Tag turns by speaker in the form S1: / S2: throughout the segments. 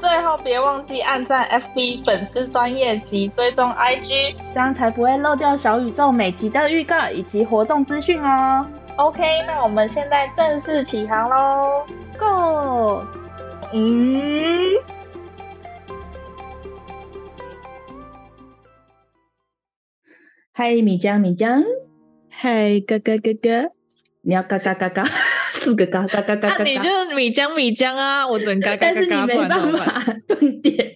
S1: 最后别忘记按赞 FB 粉丝专业及追踪 IG。
S2: 这样才不会漏掉小宇宙每集的预告以及活动资讯哦。
S1: OK，那我们现在正式起航喽
S2: ，Go！
S1: 嗯，
S2: 嗨，米江，米江，
S3: 嗨，嘎嘎嘎嘎，
S2: 你要嘎嘎嘎嘎。 四个嘎嘎嘎嘎嘎,嘎、啊，
S3: 你就是米浆米浆啊！我整嘎嘎嘎嘎，
S2: 但是你没办法顿点，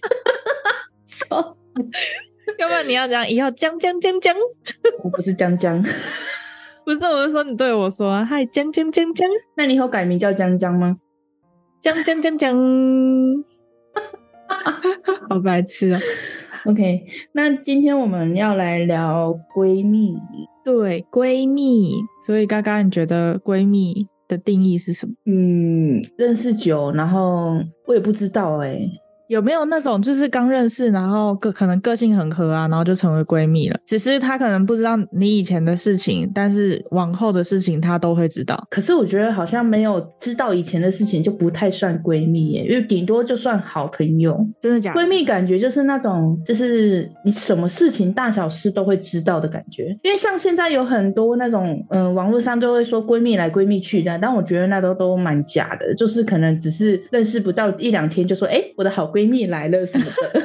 S2: 说
S3: 要不然你要讲以后江江江江，
S2: 我不是江江，
S3: 不是，我是说你对我说、啊、嗨江江江江，
S2: 那你以后改名叫江江吗？
S3: 江江江 江，好白痴啊、
S2: 喔、！OK，那今天我们要来聊闺蜜，
S3: 对闺蜜，所以嘎嘎，你觉得闺蜜？的定义是什么？
S2: 嗯，认识久，然后我也不知道哎、欸，
S3: 有没有那种就是刚认识，然后个可能个性很合啊，然后就成为闺蜜了。只是她可能不知道你以前的事情，但是往后的事情她都会知道。
S2: 可是我觉得好像没有知道以前的事情就不太算闺蜜耶、欸，因为顶多就算好朋友。
S3: 真的假的？
S2: 闺蜜感觉就是那种，就是你什么事情大小事都会知道的感觉。因为像现在有很多那种，嗯、呃，网络上都会说闺蜜来闺蜜去的，但我觉得那都都蛮假的，就是可能只是认识不到一两天就说，哎、欸，我的好闺蜜来了什么的，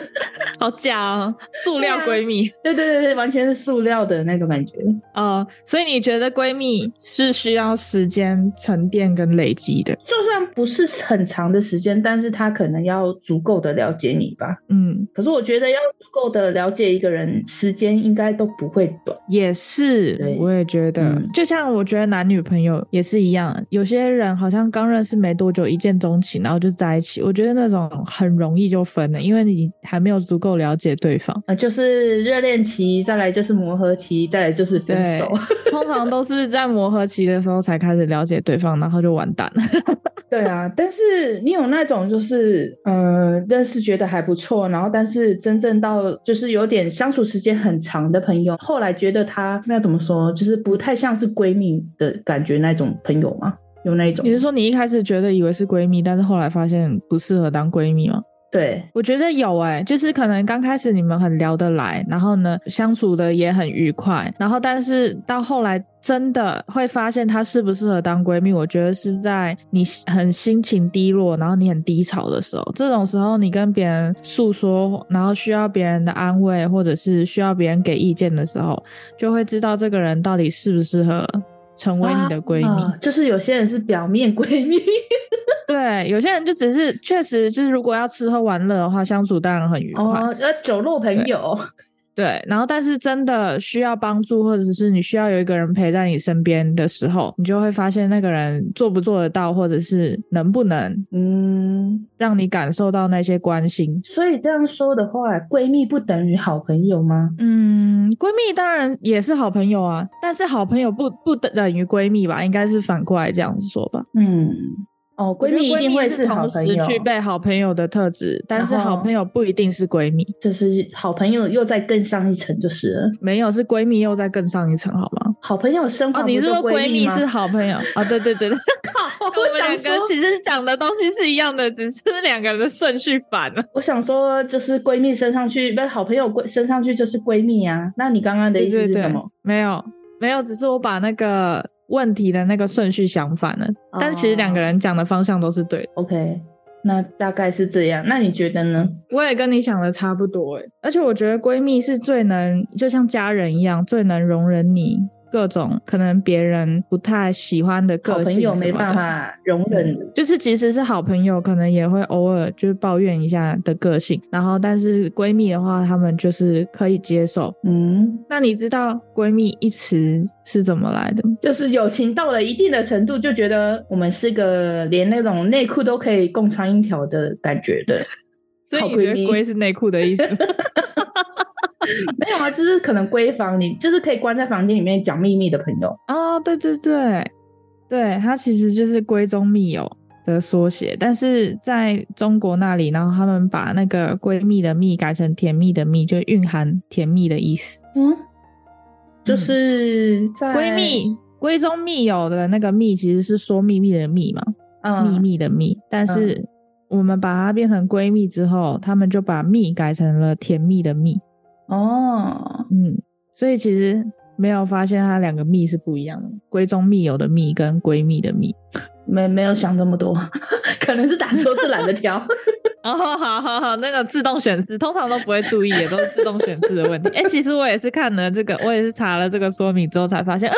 S3: 好假哦，塑料闺蜜
S2: 對、啊，对对对对，完全是塑料的那种感觉。
S3: 哦、呃，所以你觉得闺蜜是需要时间沉淀跟累积的？
S2: 就算不是很长的时间，但是她可能要足够的了解你吧。
S3: 嗯，
S2: 可是我觉得要足够的了解一个人，时间应该都不会短。
S3: 也是，我也觉得、嗯，就像我觉得男女朋友也是一样，有些人好像刚认识没多久，一见钟情，然后就在一起。我觉得那种很容易就分了，因为你还没有足够了解对方。
S2: 啊，就是热恋期，再来就是磨合期，再来就是分手。
S3: 通常都是在磨合期的时候才开始了解对方，然后就完蛋了。
S2: 对啊，但是你有那种就是呃认识觉得还不错，然后但是真正到就是有点相处时间很长的朋友，后来觉得他那怎么说，就是不太像是闺蜜的感觉那种朋友吗？有那种？
S3: 你是说你一开始觉得以为是闺蜜，但是后来发现不适合当闺蜜吗？
S2: 对，
S3: 我觉得有哎、欸，就是可能刚开始你们很聊得来，然后呢相处的也很愉快，然后但是到后来真的会发现她适不适合当闺蜜，我觉得是在你很心情低落，然后你很低潮的时候，这种时候你跟别人诉说，然后需要别人的安慰，或者是需要别人给意见的时候，就会知道这个人到底适不适合。成为你的闺蜜、啊
S2: 呃，就是有些人是表面闺 蜜，
S3: 对，有些人就只是确实就是，如果要吃喝玩乐的话，相处当然很愉快，
S2: 哦，要酒肉朋友
S3: 對，对。然后，但是真的需要帮助，或者是你需要有一个人陪在你身边的时候，你就会发现那个人做不做得到，或者是能不能，
S2: 嗯，
S3: 让你感受到那些关心。
S2: 所以这样说的话，闺蜜不等于好朋友吗？
S3: 嗯。闺蜜当然也是好朋友啊，但是好朋友不不等于闺蜜吧？应该是反过来这样子说吧。
S2: 嗯，哦，闺蜜一定会是好朋友，
S3: 具备好朋友的特质，但是好朋友不一定是闺蜜，
S2: 就是好朋友又再更上一层，就是了。
S3: 没有是闺蜜又再更上一层，好吗？
S2: 好朋友生活、哦，
S3: 你
S2: 是
S3: 说
S2: 闺
S3: 蜜 是好朋友啊哦？对对对对，
S2: 靠，
S3: 我们两个其实讲的东西是一样的，只是两个人的顺序反 了。
S2: 我想说，就是闺蜜升上去，不是好朋友闺升上去就是闺蜜啊。那你刚刚的意思是什么？對對對
S3: 没有，没有，只是我把那个问题的那个顺序想反了，哦、但其实两个人讲的方向都是对的。
S2: OK。那大概是这样，那你觉得呢？
S3: 我也跟你想的差不多哎、欸，而且我觉得闺蜜是最能，就像家人一样，最能容忍你各种可能别人不太喜欢的个性的。
S2: 朋友没办法容忍、
S3: 嗯，就是即使是好朋友，可能也会偶尔就是抱怨一下的个性。然后，但是闺蜜的话，她们就是可以接受。
S2: 嗯，
S3: 那你知道“闺蜜”一词？是怎么来的？
S2: 就是友情到了一定的程度，就觉得我们是个连那种内裤都可以 共穿一条的感觉的。
S3: 所以你觉得“龟”是内裤的意思？
S2: 没有啊，就是可能闺房你就是可以关在房间里面讲秘密的朋友。
S3: 哦，对对对，对，它其实就是闺中密友的缩写，但是在中国那里，然后他们把那个闺蜜的蜜改成甜蜜的蜜，就蕴含甜蜜的意思。
S2: 嗯，就是在
S3: 闺蜜、闺中密友的那个蜜其实是说秘密的密嘛，
S2: 嗯
S3: 秘密的密，但是我们把它变成闺蜜之后，他们就把蜜改成了甜蜜的蜜。
S2: 哦，
S3: 嗯，所以其实没有发现它两个蜜是不一样的，闺中密友的蜜跟闺蜜的蜜。
S2: 没没有想那么多， 可能是打错字懒 得调。
S3: 哦，好好好，那个自动选字通常都不会注意，也都是自动选字的问题。哎、其实我也是看了这个，我也是查了这个说明之后才发现，嗯，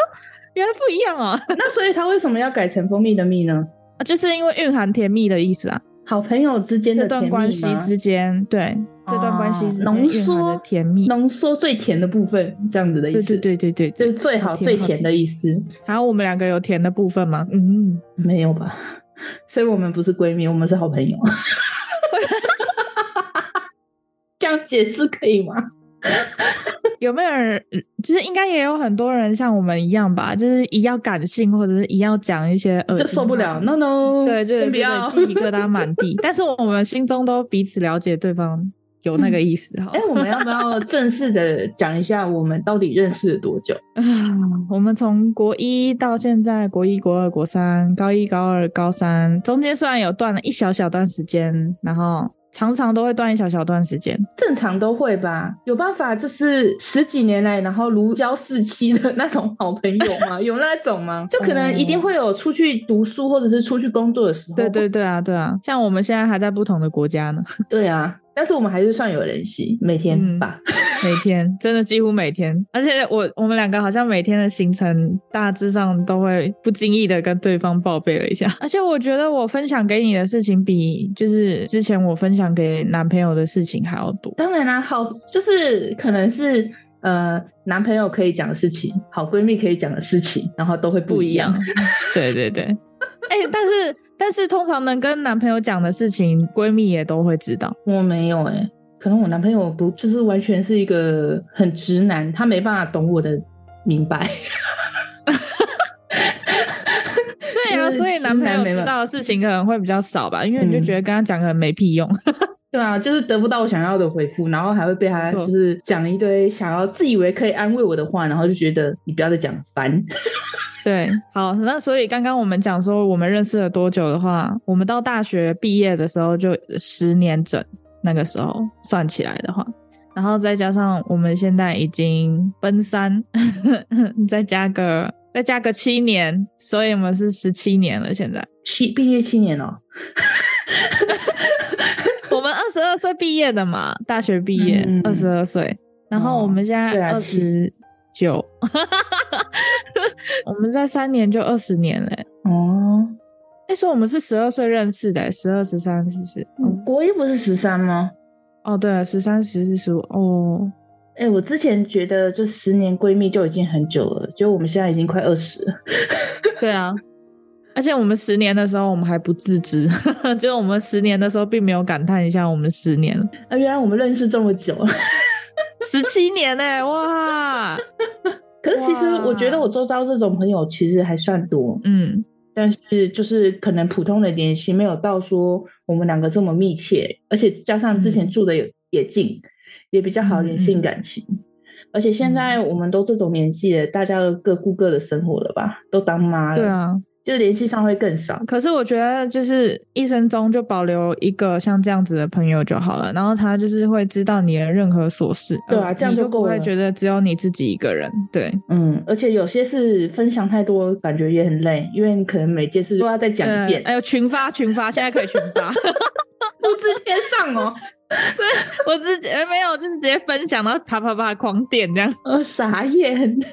S3: 原来不一样哦，
S2: 那所以他为什么要改成蜂蜜的蜜呢？
S3: 啊就是因为蕴含甜蜜的意思啊。
S2: 好朋友之间的
S3: 这
S2: 甜
S3: 段
S2: 蜜
S3: 关系
S2: 吗哦
S3: 之间，对这段关系之间
S2: 浓
S3: 蕴含
S2: 缩
S3: 的甜蜜，
S2: 浓缩最甜的部分，这样子的意
S3: 对
S2: 思。
S3: 对对对对
S2: 就
S3: 对。
S2: 是最好
S3: 好甜
S2: 最
S3: 好
S2: 甜
S3: 甜
S2: 的意思，
S3: 然后我们两个有甜的部分吗？嗯，
S2: 没有吧？ 所以我们不是闺蜜，我们是好 朋友。这样解释可以吗？
S3: 有没有人？嗯就是应该也有很多人像我们一样吧，就是一要感性，或者是一要讲一些恶
S2: 就
S3: 心
S2: 受不了
S3: 话
S2: ，no no，
S3: 呃嗯对，就
S2: 先不
S3: 是
S2: 要。
S3: 鸡皮疙瘩满地。但是我们心中都彼此了解对方有那个意思哈
S2: 哎、。我们要不要正式的讲一下我们到底认识了多久？
S3: 啊我们从国一到现在，国一、国二、国三，高一、高二、高三，中间虽然有断了一小小段时间，然后常常都会断一小小段时间。
S2: 正常都会吧？有办法就是十几年来，然后如胶似漆的那种好朋友 吗？有那种
S3: 哦
S2: 吗？就可能一定会有出去读书或者是出去工作的时候。
S3: 对对对啊，对啊，像我们现在还在不同的国家呢，
S2: 对啊！但是我们还是算有联系，每天
S3: 嗯
S2: 吧。
S3: 每天真的几乎每天，而且我我们两个好像每天的行程大致上都会不经意的跟对方报备了一下。 而且我觉得我分享给你的事情比就是之前我分享给男朋友的事情还要多。
S2: 当然啦、啊好就是可能是呃男朋友可以讲的事情，好闺蜜可以讲的事情，然后都会不一样。。
S3: 对对对，哎、但是但是通常能跟男朋友讲的事情，闺蜜也都会知道。
S2: 我没有哎、可能我男朋友不就是完全是一个很直男，他没办法懂我的明白。
S3: 对啊，
S2: 就是
S3: 所以
S2: 直
S3: 男朋
S2: 男
S3: 友
S2: 没
S3: 知
S2: 办
S3: 道的事情可能会比较少吧，因为你就
S2: 嗯
S3: 觉得跟他讲可能没屁用。
S2: 对啊，就是得不到我想要的回复，然后还会被他
S3: 没错
S2: 就是讲一堆想要自以为可以安慰我的话，然后就觉得你不要再讲烦。
S3: 对，好，那所以刚刚我们讲说我们认识了多久的话，我们到大学毕业的时候就十年整，那个时候算起来的话，然后再加上我们现在已经奔三， 再加个再加个七年，所以我们是十七年了。现在
S2: 七毕业七年了，
S3: 我们二十二岁毕业的嘛，大学毕业
S2: 嗯
S3: 二十二岁，然后我们现
S2: 对
S3: 在
S2: 啊
S3: 二十九， 我们在三年就二十年嘞、
S2: 哦，
S3: 那时候我们是十二岁认识的、十二、十三、十四。
S2: 国一不是十三吗？
S3: 哦，对，十三、十四、十五。哦，
S2: 哎、我之前觉得这十年闺蜜就已经很久了，结果我们现在已经快二十了。
S3: 对啊。而且我们十年的时候，我们还不自知， 就是我们十年的时候并没有感叹一下我们十年、
S2: 啊，原来我们认识这么久了。
S3: 十七年呢、欸哇，
S2: 可是其实
S3: 哇
S2: 我觉得我周遭这种朋友其实还算多，
S3: 嗯，
S2: 但是就是可能普通的联系没有到说我们两个这么密切，而且加上之前
S3: 嗯
S2: 住的也也近，也比较好联系
S3: 嗯嗯嗯
S2: 感情。而且现在我们都这种年纪了，大家都各顾各的生活了吧，都当妈了，
S3: 对，啊。
S2: 就联系上会更少。
S3: 可是我觉得，就是一生中就保留一个像这样子的朋友就好了，然后他就是会知道你的任何琐事，
S2: 对啊
S3: 呃
S2: 这样
S3: 你
S2: 就
S3: 就不
S2: 够了
S3: 会觉得只有你自己一个人，对。
S2: 嗯，而且有些事分享太多，感觉也很累，因为你可能每件事都要再讲一遍
S3: 对，还有群发群发，现在可以群发。
S2: 复制贴上哦，
S3: 我直接呃没有，就是直接分享，然后啪啪啪狂点这样。
S2: 呃，傻眼。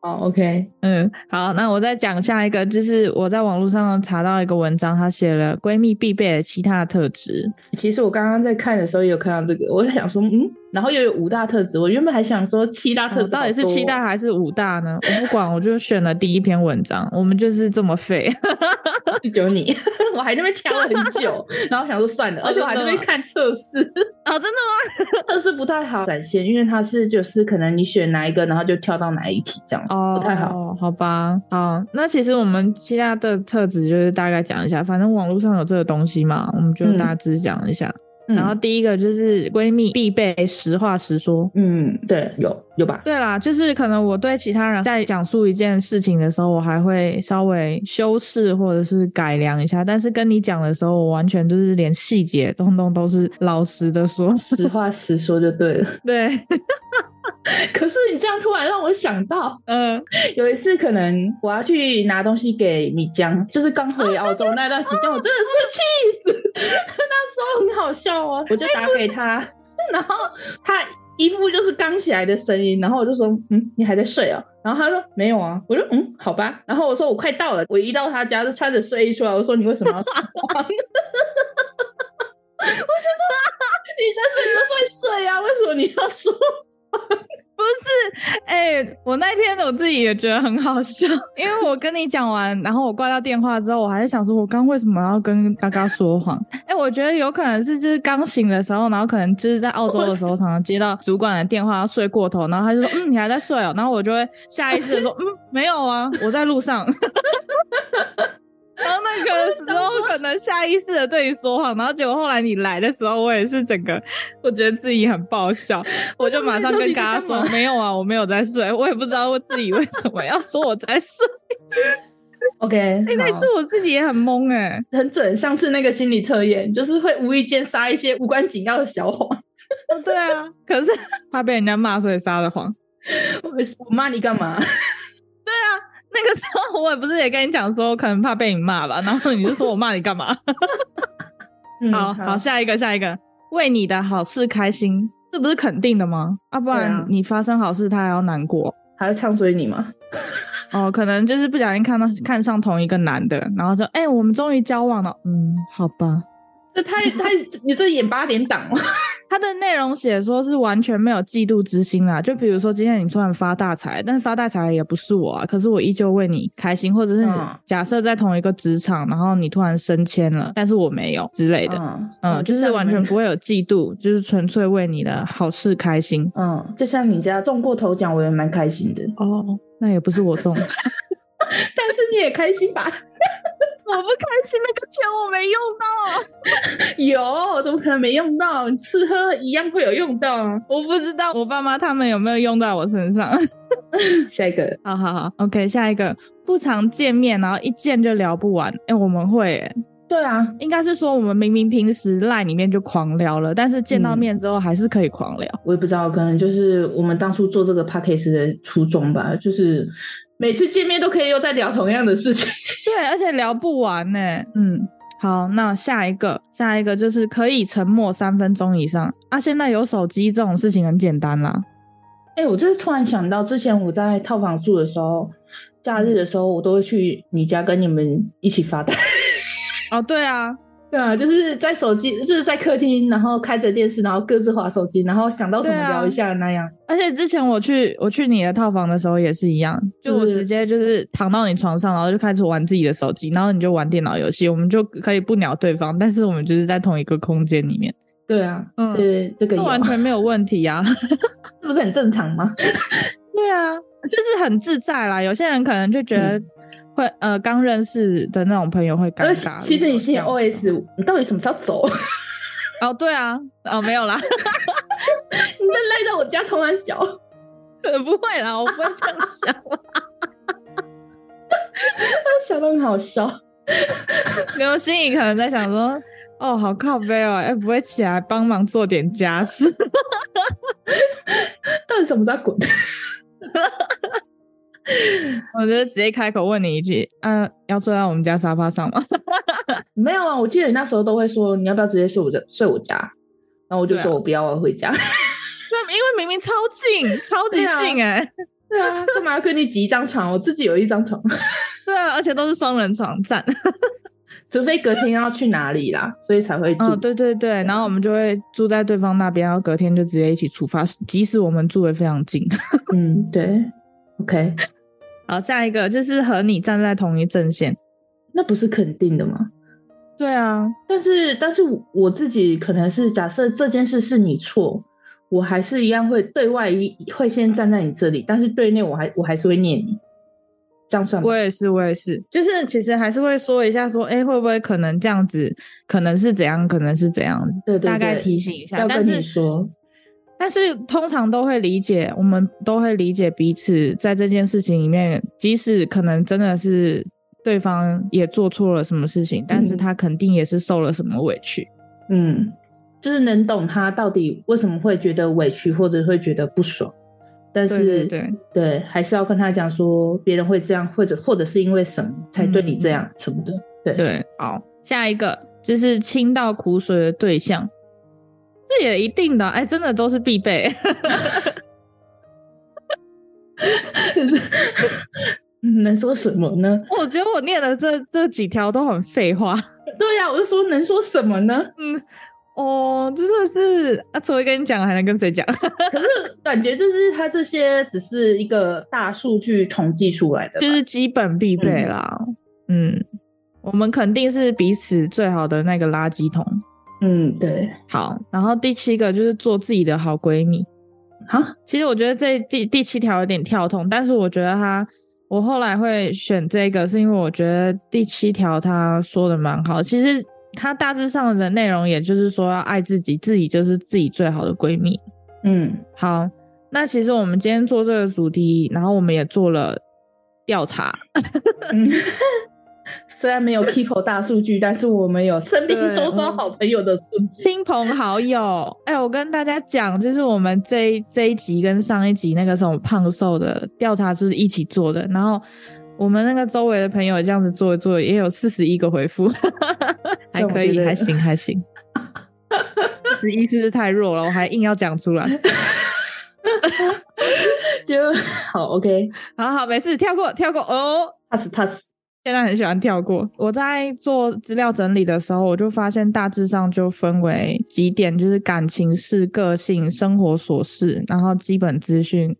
S2: 好，OK，
S3: 嗯，好，那我再讲下一个，就是我在网络上查到一个文章，他写了闺蜜必备的七大特质。
S2: 其实我刚刚在看的时候也有看到这个，我就想说，嗯，然后又有五大特质。我原本还想说七大特
S3: 我啊
S2: 质、
S3: 嗯
S2: 哦
S3: 到底是七大，还是五大呢？我不管，我就选了第一篇文章。我们就是这么废。
S2: 哦只有你， 我还在那边挑了很久，然后想说算了，而且我还在那边看测试。
S3: 哦，真的吗？
S2: 测试不太好展现，因为它是就是可能你选哪一个，然后就跳到哪一题这样，
S3: 哦，
S2: 不太好。
S3: 好，好吧，好。那其实我们七大的特质就是大概讲一下，反正网络上有这个东西嘛，我们就
S2: 嗯
S3: 大致讲一下。
S2: 嗯
S3: 然后第一个就是闺蜜必备实话实说。
S2: 嗯，对，有有吧？
S3: 对啦，就是可能我对其他人在讲述一件事情的时候，我还会稍微修饰或者是改良一下，但是跟你讲的时候，我完全就是连细节通通都是老实的说。
S2: 实话实说就对了。
S3: 对，
S2: 可是你这样突然让我想到，
S3: 嗯，
S2: 有一次可能我要去拿东西给米江，就是刚回澳洲那段时间，我真的是气死。 那时候很好笑啊，我就打给他，然后他一副就是刚起来的声音，然后我就说：“嗯，你还在睡哦？”然后他说：“没有啊。”我说：“嗯，好吧。”然后我说：“我快到了。”我一到他家就穿着睡衣出来，我说：“你为什么要穿？” 我就说：“ 你在睡就睡睡啊，为什么你要说
S3: 哎、我那天我自己也觉得很好笑，因为我跟你讲完，然后我挂掉电话之后，我还是想说，我刚为什么要跟嘎嘎说谎？哎、我觉得有可能是就是刚醒的时候，然后可能就是在澳洲的时候，常常接到主管的电话，要睡过头，然后他就说，嗯，你还在睡哦、然后我就会下意识的说，嗯，没有啊，我在路上。 然后那个时候可能下意识的对你说谎，然后结果后来你来的时候，我也是整个，我觉得自己很爆笑，我就马上跟嘎嘎说
S2: 你在干嘛
S3: 没有啊，我没有在睡，我也不知道我自己为什么要说我在睡，
S2: ？”OK，
S3: 哎、那
S2: 好
S3: 次我自己也很懵哎、
S2: 很准。上次那个心理测验，就是会无意间撒一些无关紧要的小谎。
S3: 哦，对啊，可是怕被人家骂，所以撒的谎。
S2: 我我骂你干嘛？
S3: 那个时候我也不是也跟你讲说，可能怕被你骂吧，然后你就说我骂你干 嘛？
S2: 嗯
S3: 好好，下一个，下一个，为你的好事开心，这不是肯定的吗？啊，不
S2: 对
S3: 然
S2: 啊
S3: 你发生好事，他还要难过。
S2: 还会唱衰你吗？
S3: 哦，可能就是不小心看到看上同一个男的，然后说：“哎、我们终于交往了。”嗯，好吧。
S2: 这太太，你这演八点档哦了。
S3: 它的内容写说是完全没有嫉妒之心啦，就比如说今天你突然发大财，但是发大财也不是我啊，可是我依旧为你开心，或者是
S2: 嗯
S3: 假设在同一个职场，然后你突然升迁了，但是我没有之类的，
S2: 嗯
S3: 嗯，就是完全。不会有嫉妒，就是纯粹为你的好事开心。
S2: 嗯，就像你家中过头奖，我也蛮开心的。
S3: 哦，那也不是 我中，我不
S2: 但是你也开心吧？
S3: 开心，那个钱我没用到。啊
S2: 有，怎么可能没用到？你吃喝一样会有用到啊。
S3: 我不知道我爸妈他们有没有用到我身上。
S2: 下一个，
S3: 好好好，OK，下一个不常见面，然后一见就聊不完。哎、我们会、欸，
S2: 对啊，
S3: 应该是说我们明明平时赖里面就狂聊了，但是见到
S2: 嗯
S3: 面之后还是可以狂聊。
S2: 我也不知道，可能就是我们当初做这个 podcast 的初衷吧，就是每次见面都可以又在聊同样的事情。
S3: 对，而且聊不完呢、嗯，好，那下一个，下一个就是可以沉默三分钟以上。啊，现在有手机这种事情很简单啦。
S2: 哎、我就是突然想到，之前我在套房住的时候，假日的时候，我都会去你家跟你们一起发呆。
S3: 哦，对啊，
S2: 对啊，就是在手机，就是在客厅，然后开着电视，然后各自划手机，然后想到什么
S3: 对啊
S2: 聊一下那样。
S3: 而且之前我去我去你的套房的时候也是一样，就我
S2: 是
S3: 直接就是躺到你床上，然后就开始玩自己的手机，然后你就玩电脑游戏，我们就可以不鸟对方，但是我们就是在同一个空间里面，
S2: 对啊，
S3: 嗯
S2: 这这个
S3: 这
S2: 有
S3: 完全没有问题呀、啊。
S2: 这不是很正常吗？
S3: 对啊，就是很自在啦。有些人可能就觉得
S2: 嗯
S3: 会、呃刚认识的那种朋友会尴
S2: 而且
S3: 尬。
S2: 其实你
S3: 如果这
S2: 心里
S3: 样子
S2: OS，你到底什么时候走？ 你
S3: 哦，对啊，哦没有啦，
S2: 在赖到我家同安小，
S3: 不会啦，我不会这样想。
S2: 小到很好笑。
S3: 刘心怡可能在想说，哦好靠背哦，哎、不会起来帮忙做点家事。
S2: 到底什么时候滚？
S3: 我觉得直接开口问你一句，嗯、要坐在我们家沙发上吗？
S2: 没有啊，我记得你那时候都会说，你要不要直接睡我家睡我家？然后我就
S3: 对啊
S2: 说我不要，我要回家。
S3: 对，因为明明超近，超级
S2: 对啊
S3: 近哎、
S2: 对啊，干嘛要跟你挤一张床？我自己有一张床。
S3: 对啊，而且都是双人床，赞。
S2: 除非隔天要去哪里啦，所以才会住。
S3: 嗯，对对对，然后我们就会住在对方那边，然后隔天就直接一起出发，即使我们住的非常近。
S2: 嗯，对，OK，
S3: 好，下一个就是和你站在同一阵线。
S2: 那不是肯定的吗？
S3: 对啊，
S2: 但是，但是我我自己可能是假设这件事是你错，我还是一样会对外一会先站在你这里，但是对内我还我还是会念你，这样算吗
S3: 我？也是，我也是，就是其实还是会说一下，说，哎，会不会可能这样子，可能是怎样，可能是怎样，
S2: 对对对
S3: 大概提醒一下。
S2: 要
S3: 但
S2: 跟
S3: 是
S2: 你说，
S3: 但是通常都会理解，我们都会理解彼此在这件事情里面，即使可能真的是对方也做错了什么事情，但是
S2: 嗯
S3: 他肯定也是受了什么委屈。
S2: 嗯，就是能懂他到底为什么会觉得委屈，或者会觉得不爽，但是
S3: 对对对
S2: 对还是要跟他讲说别人会这样，或者或者是因为什么才对你这
S3: 嗯
S2: 样、什么的。
S3: 对，好，下一个就是倾倒苦水的对象，这也一定的啊，哎，真的都是必备。
S2: 嗯能说什么呢？
S3: 我觉得我念的这这几条都很废话。
S2: 对呀、我就说能说什么呢？
S3: 哦，真的是啊，除了跟你讲，还能跟谁讲？
S2: 可是感觉就是它这些只是一个大数据统计出来的吧，
S3: 就是基本必备啦。嗯我们肯定是彼此最好的那个垃圾桶。
S2: 嗯，对，
S3: 好，然后第七个就是做自己的好闺蜜。
S2: 啊，
S3: 其实我觉得这第第七条有点跳痛，但是我觉得他，我后来会选这个，是因为我觉得第七条他说的蛮好。其实他大致上的内容，也就是说要爱自己，自己就是自己最好的闺蜜。
S2: 嗯
S3: 好，那其实我们今天做这个主题，然后我们也做了调查，
S2: 嗯，虽然没有 people 大数据，但是我们有身边
S3: 对嗯
S2: 周遭好朋友的数据，
S3: 亲朋好友，哎、我跟大家讲，就是我们这一这一集跟上一集那个什么胖瘦的调查是一起做的，然后我们那个周围的朋友这样子做一做，也有四十一个回复，还可
S2: 这我觉
S3: 以，
S2: 得
S3: 还行，还行。十一是不是太弱了？我还硬要讲出来。
S2: 就好 OK
S3: 好好，没事，跳过，跳过哦。
S2: pass pass，
S3: 现在很喜欢跳过。我在做资料整理的时候，我就发现大致上就分为几点，就是感情事、个性、生活琐事，然后基本资讯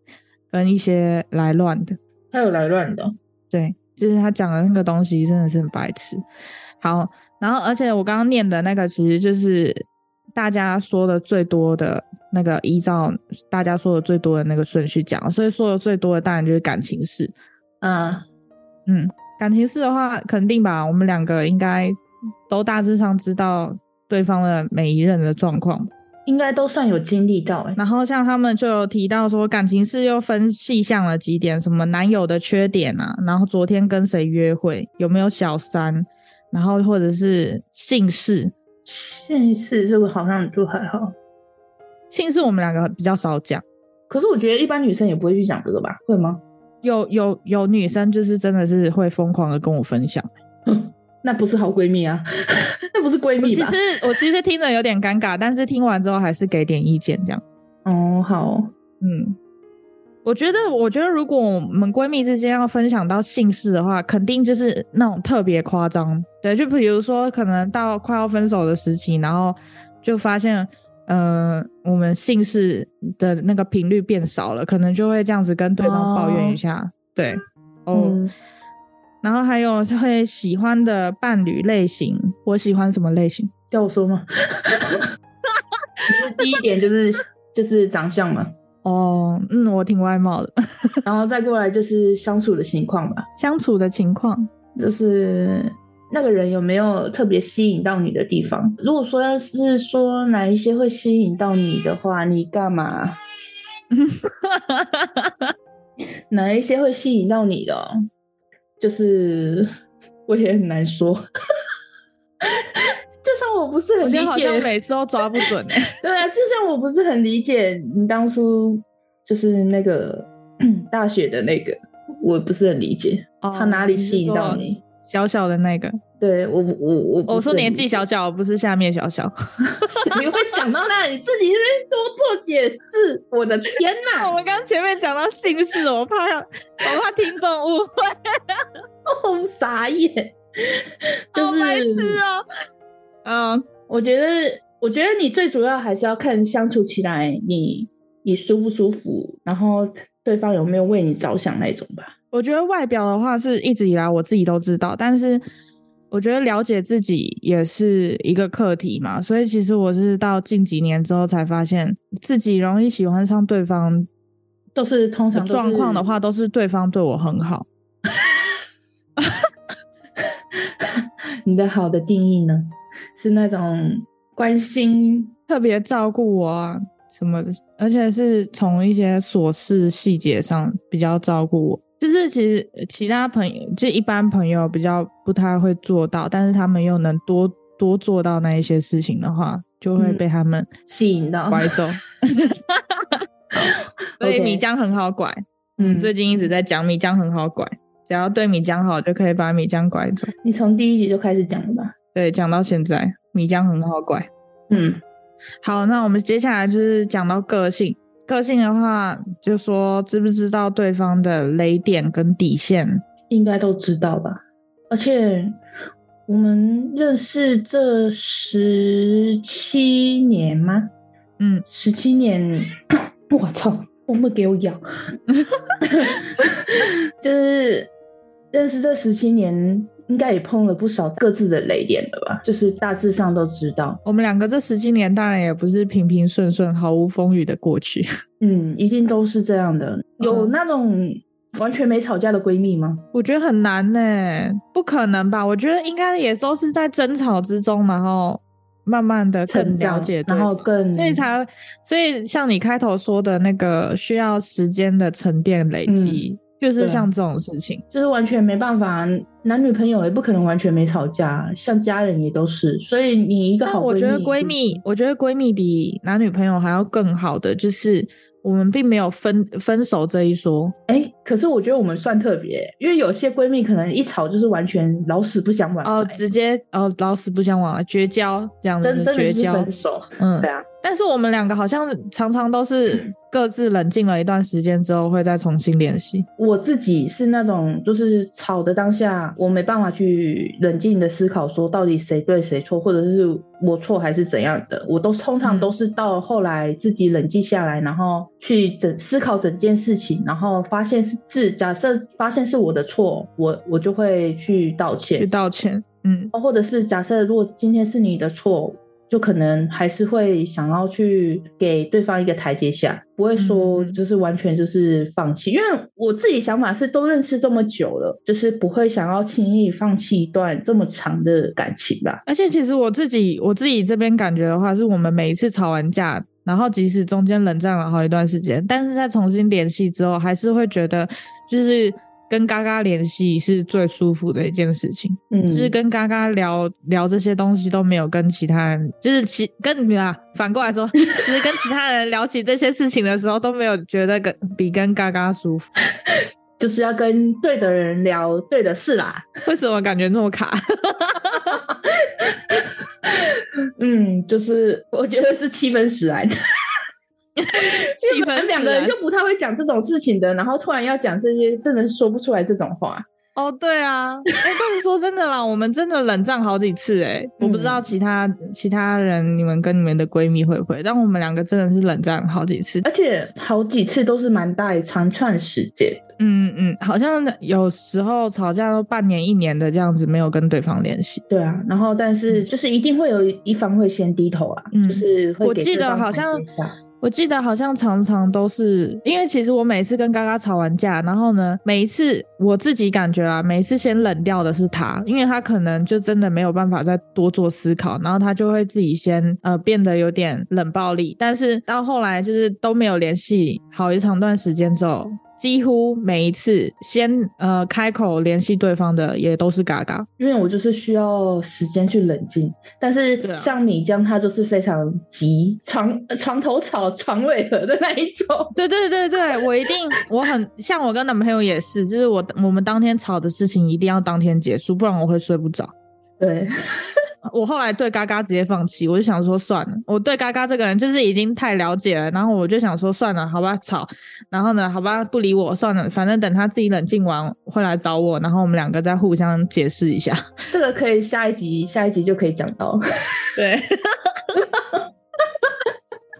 S3: 跟一些来乱的。
S2: 还有来乱的，
S3: 对，就是他讲的那个东西真的是很白痴。好，然后而且我刚刚念的那个其实就是大家说的最多的那个，依照大家说的最多的那个顺序讲，所以说的最多的当然就是感情事。
S2: 啊，
S3: 嗯，感情事的话，肯定吧，我们两个应该都大致上知道对方的每一任的状况。
S2: 应该都算有经历到、欸，
S3: 然后像他们就有提到说，感情事又分细项了几点，什么男友的缺点啊，然后昨天跟谁约会，有没有小三，然后或者是姓氏，
S2: 现实这个好像就还好，
S3: 姓氏我们两个比较少讲。
S2: 可是我觉得一般女生也不会去讲这个吧，会吗？
S3: 有有有女生就是真的是会疯狂的跟我分享，
S2: 那不是好闺蜜啊， 那不是闺
S3: 我
S2: 蜜
S3: 其
S2: 吧
S3: 实？我其实听着有点尴尬，但是听完之后还是给点意见这样。
S2: 哦，好，
S3: 嗯，我觉得，我觉得如果我们闺蜜之间要分享到姓氏的话，肯定就是那种特别夸张。对，就比如说，可能到快要分手的时期，然后就发现，呃，我们姓氏的那个频率变少了，可能就会这样子跟对方抱怨一下。对，哦。
S2: 嗯
S3: 然后还有就会喜欢的伴侣类型，我喜欢什么类型？
S2: 要我说吗？ 就是第一点就是就是长相嘛，
S3: 哦，嗯，我挺外貌的，
S2: 然后再过来就是相处的情况吧，
S3: 相处的情况。
S2: 就是那个人有没有特别吸引到你的地方。如果说要是说哪一些会吸引到你的话，你干嘛？ 哪一些会吸引到你的哦？就是我也很难说，就像我不是很
S3: 我觉
S2: 理
S3: 得好
S2: 解
S3: 像每次都抓不准、欸。
S2: 对啊，就像我不是很理解你当初就是那个 大学的那个，我不是很理解
S3: 哦
S2: 他哪里吸引到你？
S3: 是说小小的那个，
S2: 对我不，我我不
S3: 我
S2: 是
S3: 说
S2: 很
S3: 年
S2: 理
S3: 纪
S2: 解
S3: 小，小，不是下面小小。
S2: 谁会想到那？你自己在那边多做解释，我的天
S3: 我
S2: 哪！
S3: 们刚前面讲到 姓氏，我怕我怕听众误会。
S2: 我傻眼。就
S3: 好白
S2: 是
S3: 痴哦。嗯，
S2: 我觉得，我觉得你最主要还是要看相处起来你你舒不舒服，然后对方有没有为你着想那种吧。
S3: 我觉得外表的话是一直以来我自己都知道，但是我觉得了解自己也是一个课题嘛，所以其实我是到近几年之后才发现自己容易喜欢上对方
S2: 都是通
S3: 的
S2: 常都是
S3: 状况的话，都是对方对我很好。
S2: 你的好的定义呢，是那种关心
S3: 特别照顾我啊什么的，而且是从一些琐事细节上比较照顾我。就是其实呃其他朋友，就一般朋友比较不太会做到，但是他们又能多多做到那一些事情的话，就会
S2: 嗯
S3: 被他们
S2: 吸引到，
S3: 拐 走。所以
S2: OK
S3: 米浆很好拐，
S2: 嗯，
S3: 最近一直在讲米浆很好拐，只要对米浆好，就可以把米浆拐走。
S2: 你从第一集就开始讲了吧？
S3: 对，讲到现在，米浆很好拐。
S2: 嗯，
S3: 好，那我们接下来就是讲到个性。个性的话，就说知不知道对方的雷点跟底线。
S2: 应该都知道吧？而且我们认识这十七年吗？
S3: 嗯，
S2: 十七年，我操，我没给我咬， 就是认识这十七年，应该也碰了不少各自的雷点了吧？就是大致上都知道，
S3: 我们两个这十几年当然也不是平平顺顺、毫无风雨的过去。
S2: 嗯，一定都是这样的。
S3: 嗯
S2: 有那种完全没吵架的闺蜜吗？
S3: 我觉得很难呢、不可能吧？我觉得应该也都是在争吵之中，然后慢慢的更
S2: 成
S3: 了
S2: 长
S3: 解，对
S2: 然后
S3: 方
S2: 更
S3: 所以才会，所以像你开头说的那个需要时间的沉淀累积，就是
S2: 对啊
S3: 像这种事情。
S2: 就是完全没办法，男女朋友也不可能完全没吵架，像家人也都是。所以你一个
S3: 但
S2: 好，
S3: 我觉得闺，蜜，我觉得闺蜜比男女朋友还要更好的，就是我们并没有分分手这一说。
S2: 哎、可是我觉得我们算特别，因为有些闺蜜可能一吵就是完全老死不相往来，
S3: 哦，直接哦，老死不相往来，绝交这样子，
S2: 真真的
S3: 绝
S2: 是
S3: 交
S2: 分。手。
S3: 嗯
S2: 对，啊，
S3: 但是我们两个好像常常都 是各自冷静了一段时间之后，会再重新联系。
S2: 我自己是那种就是吵的当下，我没办法去冷静的思考说到底谁对谁错，或者是我错还是怎样的，我都通常
S3: 嗯
S2: 都是到后来自己冷静下来，然后去整思考整件事情，然后发现是自假设发现是我的错，我我就会去道歉，
S3: 去道歉。嗯，
S2: 或者是假设如果今天是你的错，就可能还是会想要去给对方一个台阶下，不会说
S3: 嗯
S2: 就是完全就是放弃。因为我自己想法是，都认识这么久了，就是不会想要轻易放弃一段这么长的感情吧。
S3: 而且其实我自己我自己这边感觉的话，是我们每一次吵完架，然后即使中间冷战了好一段时间，但是在重新联系之后，还是会觉得就是跟嘎嘎联系是最舒服的一件事情。
S2: 嗯，
S3: 就是跟嘎嘎聊聊这些东西都没有跟其他人，就是其跟啊，反过来 说，就是跟其他人聊起这些事情的时候都没有觉得跟比跟嘎嘎舒服。
S2: 就是要跟对的人聊对的事啦。
S3: 为什么感觉那么卡？
S2: 嗯，就是我觉得是七分使然。
S3: 气
S2: 因为
S3: 氛
S2: 本来两个人就不太会讲这种事情的，然后突然要讲这些，真的说不出来这种话。
S3: 哦，对啊，哎、但是说真的啦，我们真的冷战好几次哎、我不知道其他其他人你们跟你们的闺蜜会不会，但我们两个真的是冷战好几次。
S2: 而且好几次都是蛮大一长串时间。
S3: 嗯嗯，好像有时候吵架都半年一年的这样子，没有跟对方联系。
S2: 对啊，然后但是
S3: 嗯
S2: 就是一定会有一方会先低头啊，
S3: 嗯
S2: 就是会
S3: 我
S2: 给
S3: 记
S2: 对
S3: 得
S2: 方
S3: 好
S2: 台
S3: 像
S2: 阶下，
S3: 我记得好像常常都是因为其实我每次跟嘎嘎吵完架，然后呢，每一次我自己感觉啊，每一次先冷掉的是他，因为他可能就真的没有办法再多做思考，然后他就会自己先呃变得有点冷暴力。但是到后来就是都没有联系好一长段时间之后，几乎每一次先呃开口联系对方的也都是嘎嘎。
S2: 因为我就是需要时间去冷静。但
S3: 对啊
S2: 是像米江他就是非常急，床呃床头吵床尾和的那一种。
S3: 对对对对，我一定，我很像我跟男朋友也是，就是我我们当天吵的事情一定要当天结束，不然我会睡不着。
S2: 对，
S3: 我后来对嘎嘎直接放弃，我就想说算了，我对嘎嘎这个人就是已经太了解了，然后我就想说算了，好吧，吵，然后呢，好吧，不理我算了，反正等他自己冷静完会来找我，然后我们两个再互相解释一下。
S2: 这个可以下一集，下一集就可以讲到。
S3: 对，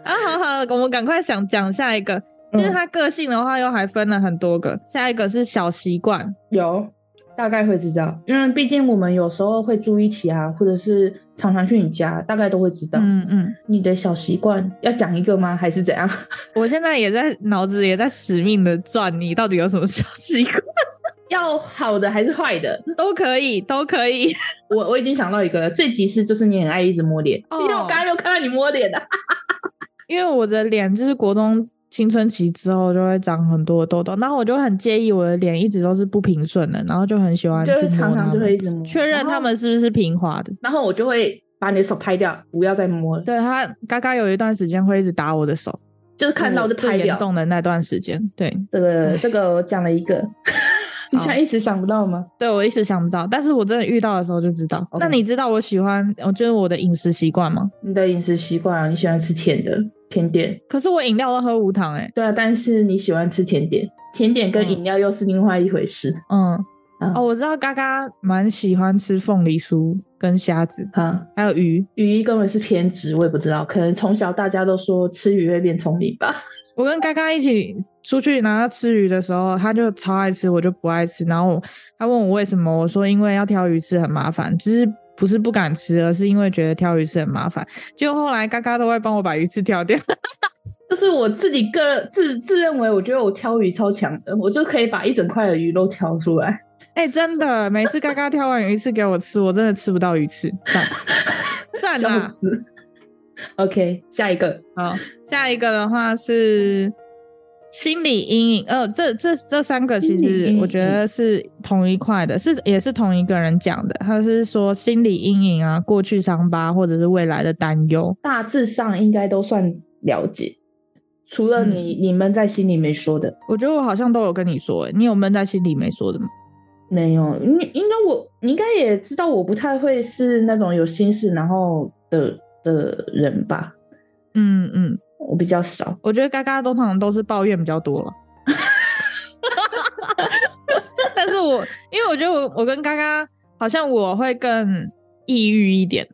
S3: 啊，好好，我们赶快想讲下一个，就是他个性的话又还分了很多个，下一个是小习惯，
S2: 有，大概会知道，因为毕竟我们有时候会住一起啊，或者是常常去你家，大概都会知道。
S3: 嗯嗯，
S2: 你的小习惯要讲一个吗？ 还是怎样？
S3: 我现在也在脑子也在使命的转，你到底有什么小习惯？
S2: 要好的还是坏的？
S3: 都可以，都可 以。
S2: 我我已经想到一个了，最极致就是你很爱一直摸脸，
S3: 哦
S2: 因为我刚刚又看到你摸脸的、啊
S3: 因为我的脸就是国中青春期之后就会长很多痘痘，然后我就很介意我的脸一直都是不平顺的，然后就很喜欢去
S2: 就
S3: 摸
S2: 是常
S3: 它
S2: 常
S3: 们
S2: 就会一直摸，
S3: 确认他们是不是平滑的。
S2: 然后，然后我就会把你的手拍掉，不要再摸了，
S3: 对他嘎嘎有一段时间会一直打我的手，
S2: 就是看到就
S3: 最
S2: 拍
S3: 严
S2: 掉。
S3: 重的那段时间。对，
S2: 这个这个我讲了一个， 你现在一时想不到吗？
S3: 对我一时想不到，但是我真的遇到的时候就知道。
S2: OK
S3: 那你知道我喜欢，我就是我的饮食习惯吗？
S2: 你的饮食习惯啊，你喜欢吃甜的甜点，
S3: 可是我饮料都喝无糖、欸，哎，
S2: 对啊，但是你喜欢吃甜点，甜点跟
S3: 嗯
S2: 饮料又是另外一回事
S3: 嗯，
S2: 嗯
S3: 哦，我知道嘎嘎蛮喜欢吃凤梨酥跟虾子，
S2: 啊。
S3: 还有鱼。
S2: 鱼根本是偏执，我也不知道，可能从小大家都说吃鱼会变聪明吧。
S3: 我跟嘎嘎一起出去，然后他吃鱼的时候，他就超爱吃，我就不爱吃。然后他问我为什么，我说因为要挑鱼吃很麻烦，就是不是不敢吃，而是因为觉得挑鱼吃很麻烦。结果后来嘎嘎都会帮我把鱼刺挑掉。
S2: 就是我自己个自自认为，我觉得我挑鱼超强的，我就可以把一整块的鱼都挑出来。
S3: 哎、真的，每次嘎嘎挑完鱼刺给我吃，我真的吃不到鱼刺，赞 赞
S2: 笑
S3: 啊！
S2: 死。OK，下一个，
S3: 好，下一个的话是心理阴影。呃，这这这三个其
S2: 心理阴
S3: 实
S2: 影
S3: 我觉得是同一块的，是也是同一个人讲的。他是说心理阴影啊，过去伤疤或者是未来的担忧。
S2: 大致上应该都算了解，除了你、
S3: 嗯
S2: 你们在心里没说的，
S3: 我觉得我好像都有跟你说、欸，你有闷在心里没说的吗？
S2: 没有。你应该我你应该也知道，我不太会是那种有心事然后的的人吧，
S3: 嗯嗯，
S2: 我比较少。
S3: 我觉得嘎嘎通常都是抱怨比较多啊了。 但是我因为我觉得我我跟嘎嘎好像我会更抑郁一点，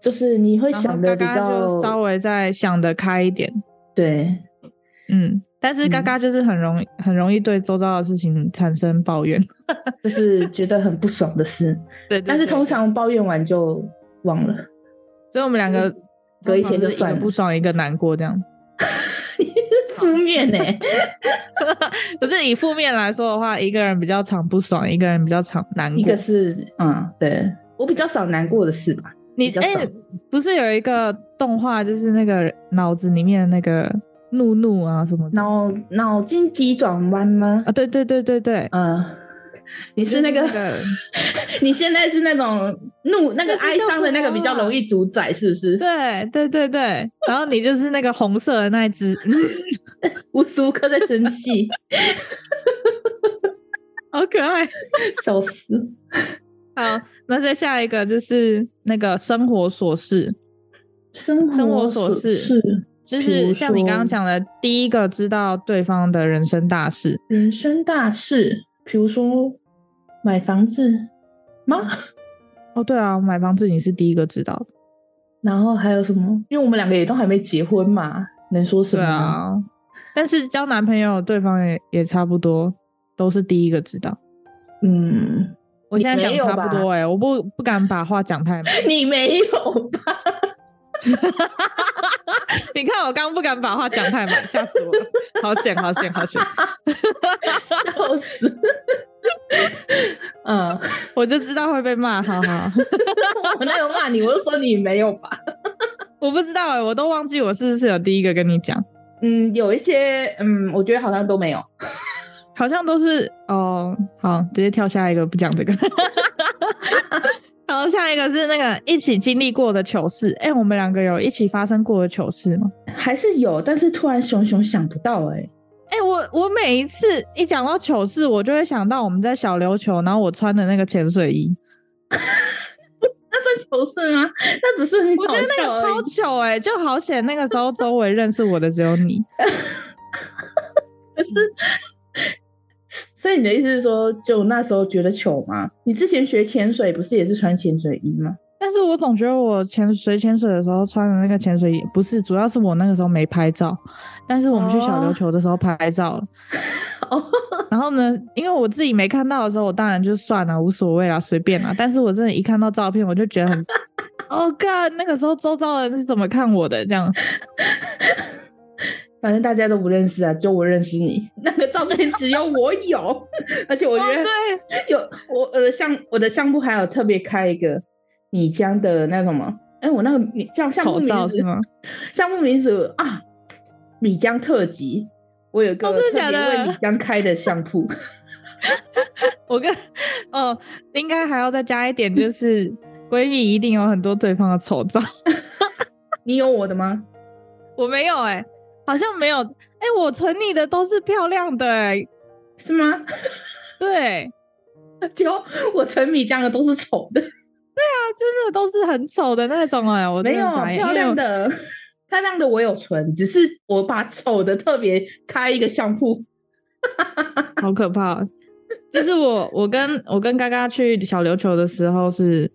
S2: 就是你会
S3: 然后
S2: 想的比
S3: 嘎嘎
S2: 较
S3: 就稍微再想得开一点，
S2: 对，
S3: 嗯，但是嘎嘎就是很容易、很容易对周遭的事情产生抱怨，
S2: 就是觉得很不爽的事，
S3: 对
S2: 但是通，常抱怨完就忘了。
S3: 所以我们两个
S2: 隔一天就
S3: 通常是
S2: 算
S3: 一
S2: 了
S3: 个不爽一个难过这样。
S2: 负面 呢、
S3: 可是以负面来说的话，一个人比较常不爽，一个人比较常难过。
S2: 一个是嗯，对我比较少难过的事吧。
S3: 你
S2: 比较
S3: 哎、
S2: 少
S3: 不是有一个动画，就是那个脑子里面的那个怒怒啊什么的
S2: 脑脑筋急转弯吗
S3: 啊？？对对对对对，
S2: 嗯、你是那个，
S3: 就是那个
S2: 你现在是那种怒那个
S3: 那
S2: 哀
S3: 是叫
S2: 伤的那
S3: 什
S2: 个
S3: 么
S2: 比较
S3: 啊
S2: 容易主宰，是不是？
S3: 对对对对，然后你就是那个红色的那一只，嗯
S2: 无时无刻在生气，
S3: 好可爱。
S2: 笑死！
S3: 好，那再下一个就是那个生活琐事，
S2: 生
S3: 生活
S2: 活
S3: 琐事
S2: 是
S3: 就
S2: 比如
S3: 是像你刚刚
S2: 说
S3: 讲的，第一个知道对方的人生大事，
S2: 人生大事，比如说买房子吗？
S3: 哦，对啊，买房子你是第一个知道的，
S2: 然后还有什么？因为我们两个也都还没结婚嘛，能说什
S3: 对
S2: 么呢？
S3: 啊，但是交男朋友，对方也也差不多都是第一个知道。
S2: 嗯，
S3: 我现在
S2: 你没
S3: 讲
S2: 有
S3: 差不多哎、我不不敢把话讲太满。
S2: 你没有吧？
S3: 你看我刚刚不敢把话讲太满，吓死我了，好险好险好险！
S2: 笑死！嗯，
S3: 我就知道会被骂，哈哈。
S2: 我哪有骂你？我就说你没有吧。
S3: 我不知道哎、我都忘记我是不是有第一个跟你讲。
S2: 嗯，有一些，嗯，我觉得好像都没有。
S3: 好像都是哦，好，直接跳下一个，不讲这 个。然后下一个是那个一起经历过的糗事，哎、我们两个有一起发生过的糗事吗？
S2: 还是有，但是突然熊熊想不到、欸，哎，
S3: 哎、我我每一次一讲到糗 事，我就会想到我们在小琉球，然后我穿的那个潜水衣，
S4: 那算糗事吗？那只是很
S3: 我
S4: 好
S3: 觉得那
S4: 笑
S3: 个
S4: 而
S3: 超
S4: 已。
S3: 糗哎、就好险那个时候周围认识我的只有你。
S4: 可是
S2: 所以你的意思是说，就那时候觉得糗吗？你之前学潜水不是也是穿潜水衣吗？
S3: 但是我总觉得我潜水潜水的时候穿的那个潜水衣，不是，主要是我那个时候没拍照，但是我们去小琉球的时候拍照 了。
S4: 哦
S3: 然后呢，因为我自己没看到的时候，我当然就算了，无所谓啦，随便啦。但是我真的，一看到照片，我就觉得很，哦、God，那个时候周遭的人是怎么看我的？这样，
S2: 反正大家都不认识啊，就我认识 你。
S4: 那个照片只有我有，
S2: 而且我觉得
S3: 哦对，
S2: 有我我的项我的项目还有特别开一个米江的那什么，哎、我那个米叫项目
S3: 丑
S2: 名
S3: 照
S2: 字
S3: 是吗？
S2: 项目名字啊，米江特辑。我有一个
S3: 哦
S2: 特
S3: 真的
S2: 别
S3: 假的
S2: 为米江开的相扑，
S3: 我跟哦，应该还要再加一点，就是 闺蜜一定有很多对方的丑照。
S2: 你有我的吗？
S3: 我没有哎、好像没有哎、我存你的都是漂亮的哎、
S2: 是吗？
S3: 对，
S2: 就我成米江的都是丑的，
S3: 啊，真的都是很丑的那种哎、我真
S2: 没
S3: 的
S2: 有
S3: 傻眼
S2: 漂
S3: 因为
S2: 亮
S3: 我
S2: 的， 漂亮的我有存，只是我把丑的特别开一个相扑。
S3: 好可怕哦。就是我，我跟我跟嘎嘎去小琉球的时候，是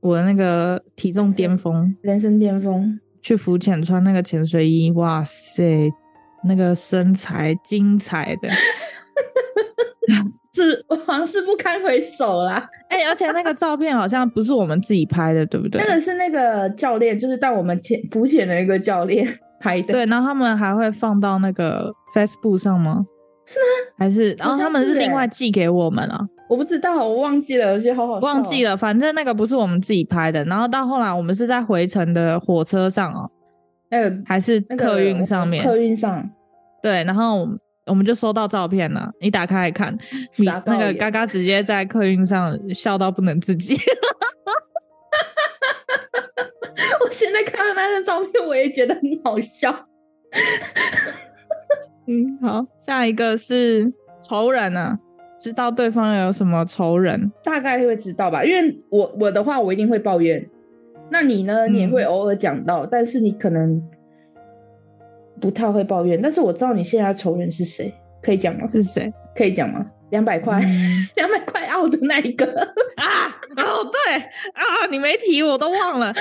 S3: 我那个体重巅峰，
S2: 人生巅峰，
S3: 去浮潜穿那个潜水衣，哇塞，那个身材精彩 的，
S2: 是 我好像是不堪回首啦。
S3: 哎、而且那个照片好像不是我们自己拍的，对不对？
S2: 那个是那个教练，就是带我们潜浮潜的一个教练 拍的。，
S3: 对，然后他们还会放到那个 Facebook 上吗？是吗？还是然
S2: 好
S3: 后他
S2: 像
S3: 们
S2: 是
S3: 是另
S2: 欸
S3: 外寄给我们啊？
S2: 我不知道，我忘记了，而且好好笑哦
S3: 忘记。了，反正那个不是我们自己拍的。然后到后来我们是在回程的火车上哦，
S2: 那个
S3: 还是
S2: 那个
S3: 客运上面？
S2: 客运上
S3: 对，然后我们我们就收到照片了，一打开来看，你
S2: 傻
S3: 那
S2: 爆
S3: 个
S2: 眼
S3: 嘎嘎直接在客运上笑到不能自 己。
S2: 我现在看到那张照片，我也觉得很好笑。
S3: 嗯，好，下一个是仇人啊，知道对方有什么仇人。
S2: 大概会知道吧，因为我我的话，我一定会抱怨。那你呢？
S3: 嗯
S2: 你也会偶尔讲到，但是你可能不太会抱怨。但是我知道你现在的仇人是谁，可以讲吗？
S3: 是谁？
S2: 可以讲吗？两百块，
S3: 嗯
S2: 两百块澳的那一个。
S3: 啊，哦对啊，你没提我都忘了啊！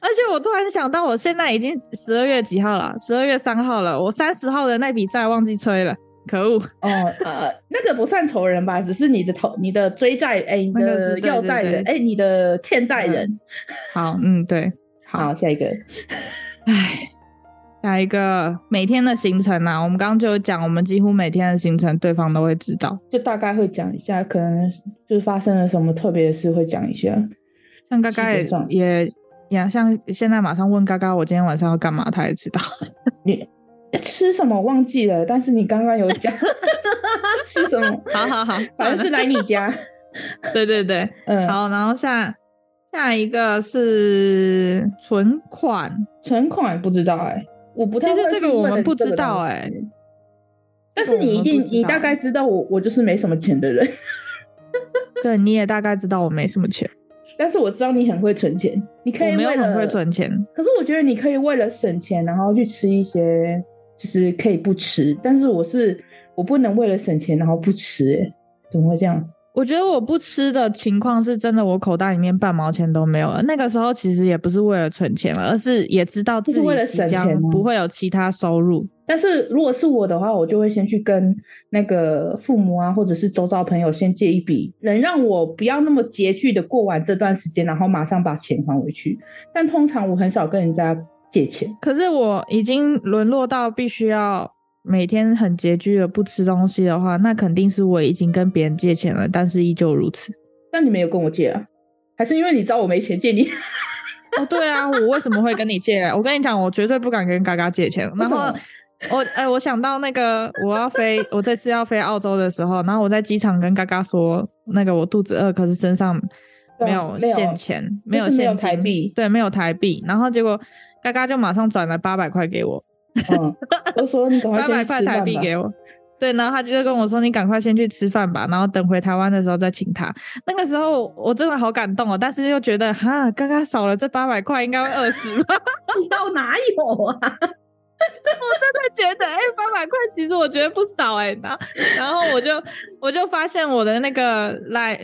S3: 而且我突然想到，我现在已经十二月几号了？十二月三号了，我三十号的那笔债忘记催了，可恶！
S2: 哦，呃，那个不算仇人吧，只是你的头、你的追债，哎、你
S3: 哦那个是
S2: 的
S3: 对对
S2: 要债人，哎、
S3: 对
S2: 你的欠债人。
S3: 好，嗯，对，
S2: 好，下一个，
S3: 唉，下一个每天的行程啊，我们刚刚就有讲，我们几乎每天的行程对方都会知道。
S2: 就大概会讲一下，可能就是发生了什么特别的事，会讲一下。
S3: 像嘎嘎
S2: 基本上
S3: 也也呀，像现在马上问嘎嘎我今天晚上要干嘛，他也知道。
S2: 哎吃什么忘记了，但是你刚刚有 讲吃什么，
S3: 好好好，
S2: 反正是 来你家。
S3: 对对对，
S2: 嗯，
S3: 好，然后下下一个是存款，
S2: 存款不知道哎、我不太
S3: 其实
S2: 会
S3: 这
S2: 去
S3: 个我们
S2: 问
S3: 不
S2: 这
S3: 知道
S2: 东
S3: 哎
S2: 西但
S3: 这
S2: 是
S3: 个我
S2: 你一
S3: 们
S2: 定
S3: 不，知
S2: 你
S3: 道
S2: 大概知道我，我就是没什么钱的人，
S3: 对，你也大概知道我没什么钱，
S2: 但是我知道你很会存钱，你可
S3: 我
S2: 以
S3: 没有
S2: 为
S3: 很
S2: 了
S3: 会存钱，
S2: 可是我觉得你可以为了省钱，然后去吃一些就是可以不吃，但是我是我不能为了省钱然后不吃、欸，怎么会这样？
S3: 我觉得我不吃的情况是真的，我口袋里面半毛钱都没有了。那个时候其实也不是为了存钱了，而是也知道自
S2: 就是
S3: 己
S2: 为了
S3: 即
S2: 省
S3: 将
S2: 钱吗
S3: 不会有其他收入。
S2: 但是如果是我的话，我就会先去跟那个父母啊，或者是周遭朋友先借一笔，能让我不要那么拮据的过完这段时间，然后马上把钱还回去。但通常我很少跟人家借钱，
S3: 可是我已经沦落到必须要每天很拮据的不吃东西的话，那肯定是我已经跟别人借钱了，但是依旧如此。
S2: 但你没有跟我借啊，还是因为你知道我没钱借你？
S3: 哦，对啊，我为什么会跟你借？啊我跟你讲，我绝对不敢跟嘎嘎借钱。然后
S2: 么
S3: 我，哎、我想到那个我要飞，我这次要飞澳洲的时候，然后我在机场跟嘎嘎说，那个我肚子饿，可是身上
S2: 对啊
S3: 没有
S2: 没有
S3: 现钱，没
S2: 就是
S3: 现
S2: 没有
S3: 金
S2: 台币
S3: 对，没有台币。然后结果嘎嘎就马上转了八百块给我，
S2: 嗯，我说你赶快
S3: 八百
S2: 先去
S3: 哦块
S2: 吃
S3: 台
S2: 饭
S3: 币
S2: 吧
S3: 给我。对，然后他就跟我说：“你赶快先去吃饭吧，然后等回台湾的时候再请他。”那个时候我真的好感动哦，但是又觉得哈，刚刚少了这八百块，应该会饿死吧？
S4: 你到哪有啊？
S3: 觉得哎，八百块其实我觉得不少哎、然后然后我就我就发现我的那个赖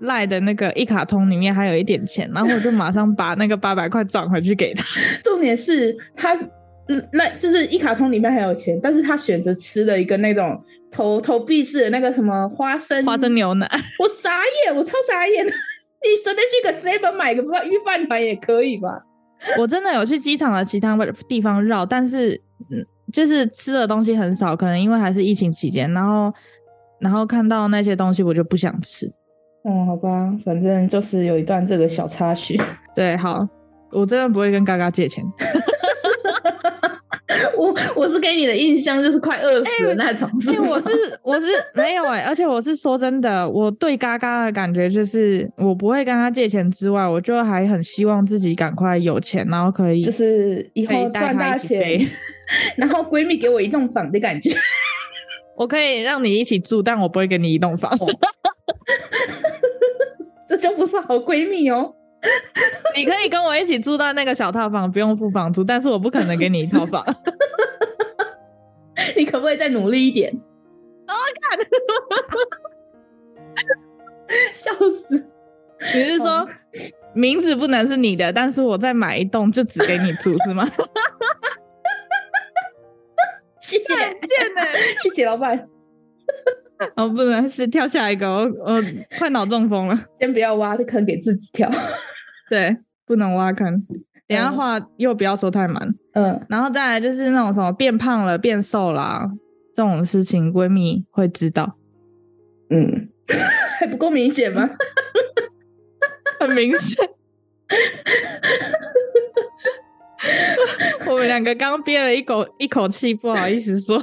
S3: 赖的那个一卡通里面还有一点钱，然后我就马上把那个八百块转回去给他。
S2: 重点是他，嗯那就是一卡通里面还有钱，但是他选择吃了一个那种投投币式的那个什么花生
S3: 花生，牛奶，
S2: 我傻眼，我超傻眼。 你随便去个 seven 买个饭预饭团也可以吧？
S3: 我真的有去机场的其他地方绕，但是嗯，就是吃的东西很少，可能因为还是疫情期间，然后然后看到那些东西我就不想吃。
S2: 嗯，好吧，反正就是有一段这个小插曲。
S3: 对，好，我真的不会跟嘎嘎借钱。
S2: 我我是给你的印象就是快饿死的那种，
S3: 因
S2: 是
S3: 为哎我
S2: 吗
S3: 是我是没有哎、而且我是说真的，我对嘎嘎的感觉就是，我不会跟他借钱之外，我就还很希望自己赶快有钱，然后可以
S2: 就是以
S3: 可以
S2: 后
S3: 带
S2: 赚
S3: 他
S2: 大
S3: 一起
S2: 钱
S3: 飞，
S2: 然后闺蜜给我一栋房的感觉。
S3: 我可以让你一起住，但我不会给你一栋房。
S2: 哦这就不是好闺蜜哦。
S3: 你可以跟我一起住到那个小套房，不用付房租，但是我不可能给你一套房。
S2: 哦你可不可以再努力一点？哦，看， 笑死！
S3: 你是说名字不能是你的，但是我再买一栋就只给你住 是吗？
S2: 谢谢，
S3: 贱呢、
S2: 谢谢老板，
S3: 哦，不能是跳下一个，我我快脑中风了。
S2: 先不要挖坑给自己跳。
S3: 对，不能挖坑。等一下
S2: 嗯
S3: 话又不要说太满，
S2: 嗯，
S3: 然后再来就是那种什么变胖了、变瘦啦、这种事情，闺蜜会知道，
S2: 嗯， 还不够明显吗？
S3: 很明显。 我们两个刚憋了一口一口气，不好意思说。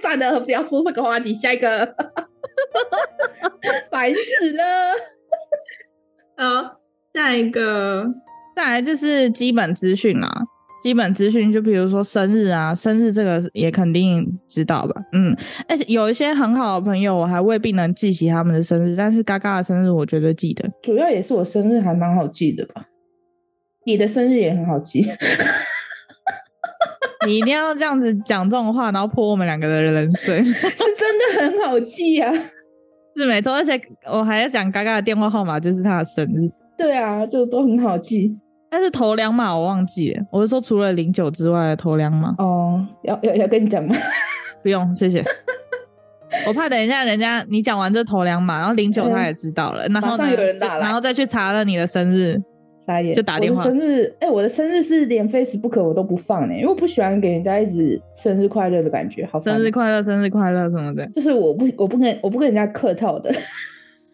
S2: 算了，不要说这个话题，下一个， 烦死了。
S4: 好，呃下一个，
S3: 再来就是基本资讯啦，基本资讯就比如说生日啊，生日这个也肯定知道吧？嗯，而且有一些很好的朋友，我还未必能记起他们的生日，但是嘎嘎的生日我绝对记得。
S2: 主要也是我生日还蛮好记的吧，你的生日也很好记。
S3: 你一定要这样子讲这种话，然后泼我们两个的冷水，
S2: 是真的很好记呀、啊。
S3: 是没错。而且我还要讲嘎嘎的电话号码，就是他的生日，
S2: 对啊，就都很好记
S3: 但是头两码我忘记了。我是说除了零九之外的头两码，
S2: 哦。要要要跟你讲吗？
S3: 不用谢 谢。我怕等一下人家你讲完这头两码，然后零九他也知道了，然后呢，
S2: 嗯马上有人
S3: 就
S2: 打来
S3: 然后再去查了你的生日。
S2: 傻眼，
S3: 就打电话
S2: 我的生日，哎、我的生日是连 Facebook 我都不放呢、因为我不喜欢给人家一直生日快乐的感觉，好烦哦
S3: 生日快乐，生日快乐什么的，
S2: 就是我不我不跟我不跟人家客套的，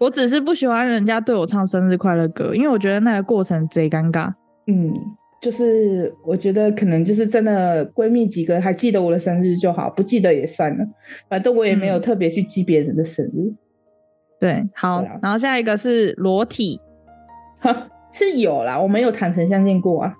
S3: 我只是不喜欢人家对我唱生日快乐歌，因为我觉得那个过程贼尴尬。
S2: 嗯，就是我觉得可能就是真的闺蜜几个还记得我的生日就好，不记得也算了，反正我也没有
S3: 嗯
S2: 特别去记别人的生日，
S3: 对，好，
S2: 对啊
S3: 然后下一个是裸体，
S2: 哈，是有啦，我没有坦诚相见过啊，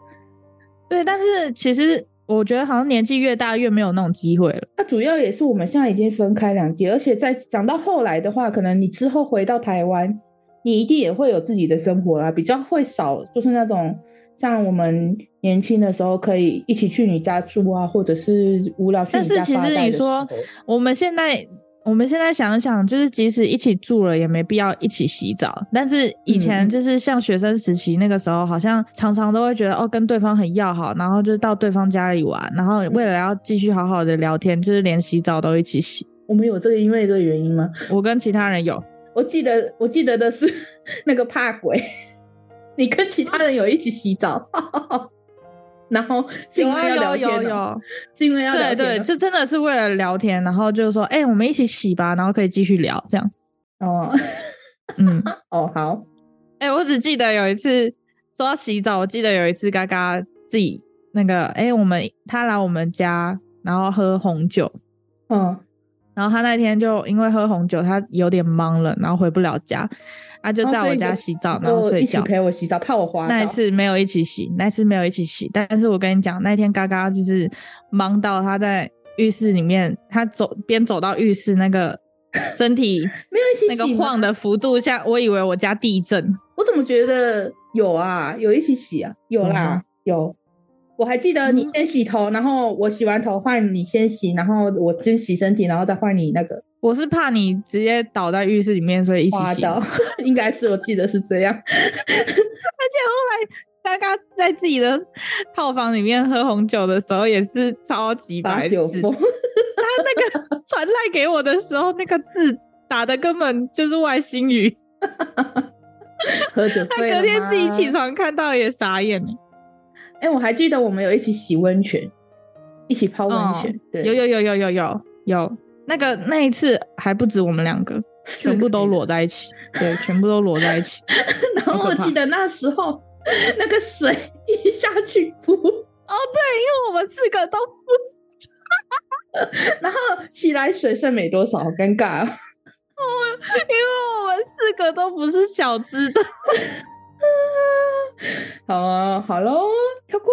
S3: 对，但是其实我觉得好像年纪越大越没有那种机会了。
S2: 那主要也是我们现在已经分开两地，而且在讲到后来的话，可能你之后回到台湾，你一定也会有自己的生活啦，比较会少就是那种像我们年轻的时候可以一起去你家住啊，或者是无聊去
S3: 但
S2: 你
S3: 是
S2: 家
S3: 其
S2: 发
S3: 实
S2: 呆
S3: 你
S2: 的时候
S3: 说，我们现在我们现在想一想，就是即使一起住了，也没必要一起洗澡。但是以前
S2: 嗯
S3: 就是像学生时期那个时候，好像常常都会觉得哦，跟对方很要好，然后就到对方家里玩，然后为了要继续好好的聊天，就是连洗澡都一起洗。
S2: 我们有这个因为这个原因吗？
S3: 我跟其他人有，
S2: 我记得我记得的是 那个怕鬼，你跟其他人有一起洗澡，然后是因为要聊天、
S3: 有
S2: 哦，
S3: 有有，
S2: 是因为要聊天
S3: 对
S2: 哦、
S3: 对，就真的是为了聊天，然后就说哎、我们一起洗吧，然后可以继续聊这样。
S2: 哦
S3: 嗯。
S2: 哦 好，
S3: 哎、我只记得有一次说到洗澡，我记得有一次嘎嘎自己那个，哎、我们他来我们家，然后喝红酒，
S2: 嗯
S3: 然后他那天就因为喝红酒，他有点忙了，然后回不了家，他就
S2: 哦
S3: 在
S2: 所以
S3: 我家
S2: 我
S3: 洗澡，然后
S2: 我
S3: 睡
S2: 一起
S3: 觉。
S2: 陪我洗澡，怕我滑倒。
S3: 那一次没有一起洗，那一次没有一起洗，但是我跟你讲，那天嘎嘎就是忙到他在浴室里面，他走边走到浴室那个身 体
S2: 没有一起
S3: 那个
S2: 洗吗
S3: 晃的幅度下，我以为我家地震。
S2: 我怎么觉得有啊？有一起洗啊？有
S3: 有
S2: 啦
S3: 吗，
S2: 有。我还记得你
S3: 嗯
S2: 先洗头，然后我洗完头换你先洗，然后我先洗身体，然后再换你那个
S3: 我是怕你直接倒在浴室里面，所以一起
S2: 花
S3: 洗。
S2: 刀， 应该是我记得是这样。
S3: 而且后来大家在自己的套房里面喝红酒的时候，也是超级
S2: 八
S3: 白痴。
S2: 九风，
S3: 他那个传赖给我的时候，那个字打的根本就是外星语。
S2: 喝酒
S3: 他
S2: 醉了
S3: 隔天自己起
S2: 吗
S3: 床看到也傻眼欸了。
S2: 哎、我还记得我们有一起洗温泉，一起泡温泉，对，
S3: 哦有有有有有有有，那个那一次还不止我们两个，
S2: 四
S3: 全部
S2: 个
S3: 都
S2: 人。
S3: 裸在一起，对，全部都裸在一起。
S2: 然后
S3: 好可
S2: 我
S3: 怕
S2: 记得那时候那个水 一下去扑，
S3: 哦，对，因为我们四个都
S2: 然后起来水剩没多少，好尴尬、啊。
S3: 因为我们四个都不是小只的。
S2: 好啊，好喽，跳过。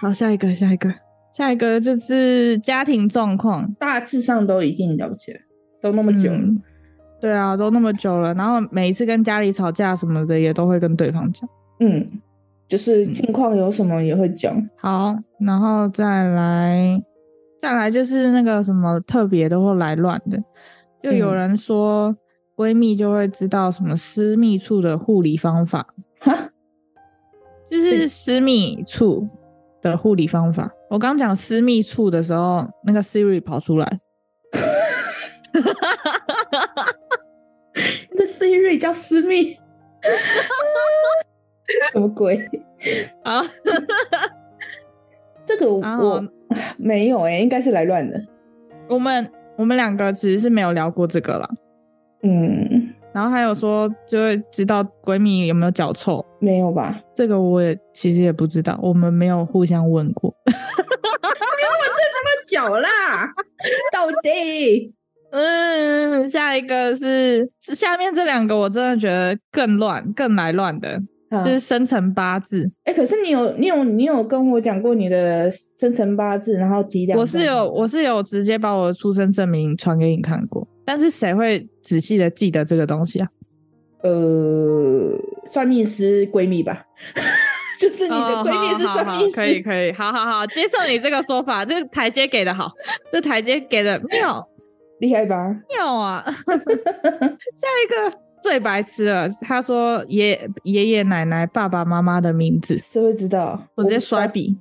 S3: 好，下一个，下一个，下一个就是家庭状况。
S2: 大致上都一定了解，都那么久了。
S3: 嗯对啊，都那么久了，然后每一次跟家里吵架什么的，也都会跟对方讲。
S2: 嗯就是
S3: 嗯
S2: 近况有什么也会讲。
S3: 好，然后再来，再来就是那个什么特别的或来乱的，就有
S2: 嗯
S3: 人说闺蜜就会知道什么私密处的护理方法，
S2: 哈，
S3: 就是私密处的护理方法。我刚讲私密处的时候，那个 Siri 跑出来，
S2: 那 Siri 叫私密， 什么鬼？
S3: 啊，
S2: 这个我、
S3: 啊
S2: 我没有哎、应该是来乱的。
S3: 我们我们两个其实是没有聊过这个啦。
S2: 嗯，
S3: 然后还有说，就会知道闺蜜有没有脚臭，
S2: 没有吧？
S3: 这个我也其实也不知道，我们没有互相问过。
S2: 脚啦，到 底
S3: 嗯，下一个是是下面这两个，我真的觉得更乱、更来乱的，
S2: 就
S3: 就是生辰八字。
S2: 哎、可是你有你有你有跟我讲过你的生辰八字，然后几两？
S3: 我是有，我是有直接把我的出生证明传给你看过，但是谁会仔细的记得这个东西啊？
S2: 呃，算命师闺蜜吧， 就是
S3: 你
S2: 你的闺蜜是算命师，
S3: 可以可以，哦好好好，接受你这个说法，这个台阶给的好，这台阶给的妙。
S2: 厉害吧？
S3: 尿啊！ 下一个最白痴了，他说爷爷爷奶奶、爸爸妈妈的名字，
S2: 谁会知道？
S3: 我直接
S2: 不知道
S3: 摔，笔。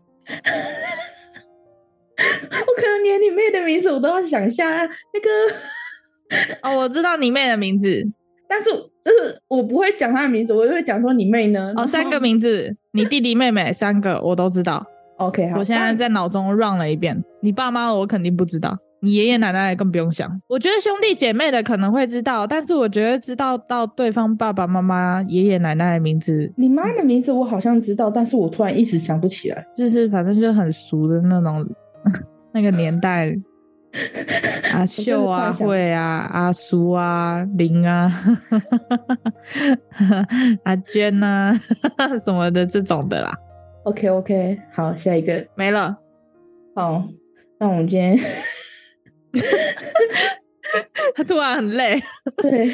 S2: 我可能连你妹的名字我都要想一下啊那个，
S3: 哦，我知道你妹的名字
S2: 但是就是我不会讲她的名字，我就会讲说你妹呢。然
S3: 哦，
S2: 后
S3: 三个名字，你弟弟妹妹三个我都知道。
S2: ，OK，好，
S3: 我现在在脑中 run 了一遍，你爸妈我肯定不知道，你爷爷奶奶更不用想。我觉得兄弟姐妹的可能会知道，但是我觉得知道到对方爸爸妈妈、爷爷奶奶的名字，
S2: 你妈的名字我好像知道，但是我突然一时想不起来。
S3: 就是反正就是很俗的那种那个年 代。阿秀啊、
S2: 我真的突然想
S3: 慧啊、阿叔啊、林啊、 阿娟啊 什么的这种的啦，
S2: OK OK，好，下一个，
S3: 没了。
S2: 好，那我们今天
S3: 他突然很累。
S2: 对，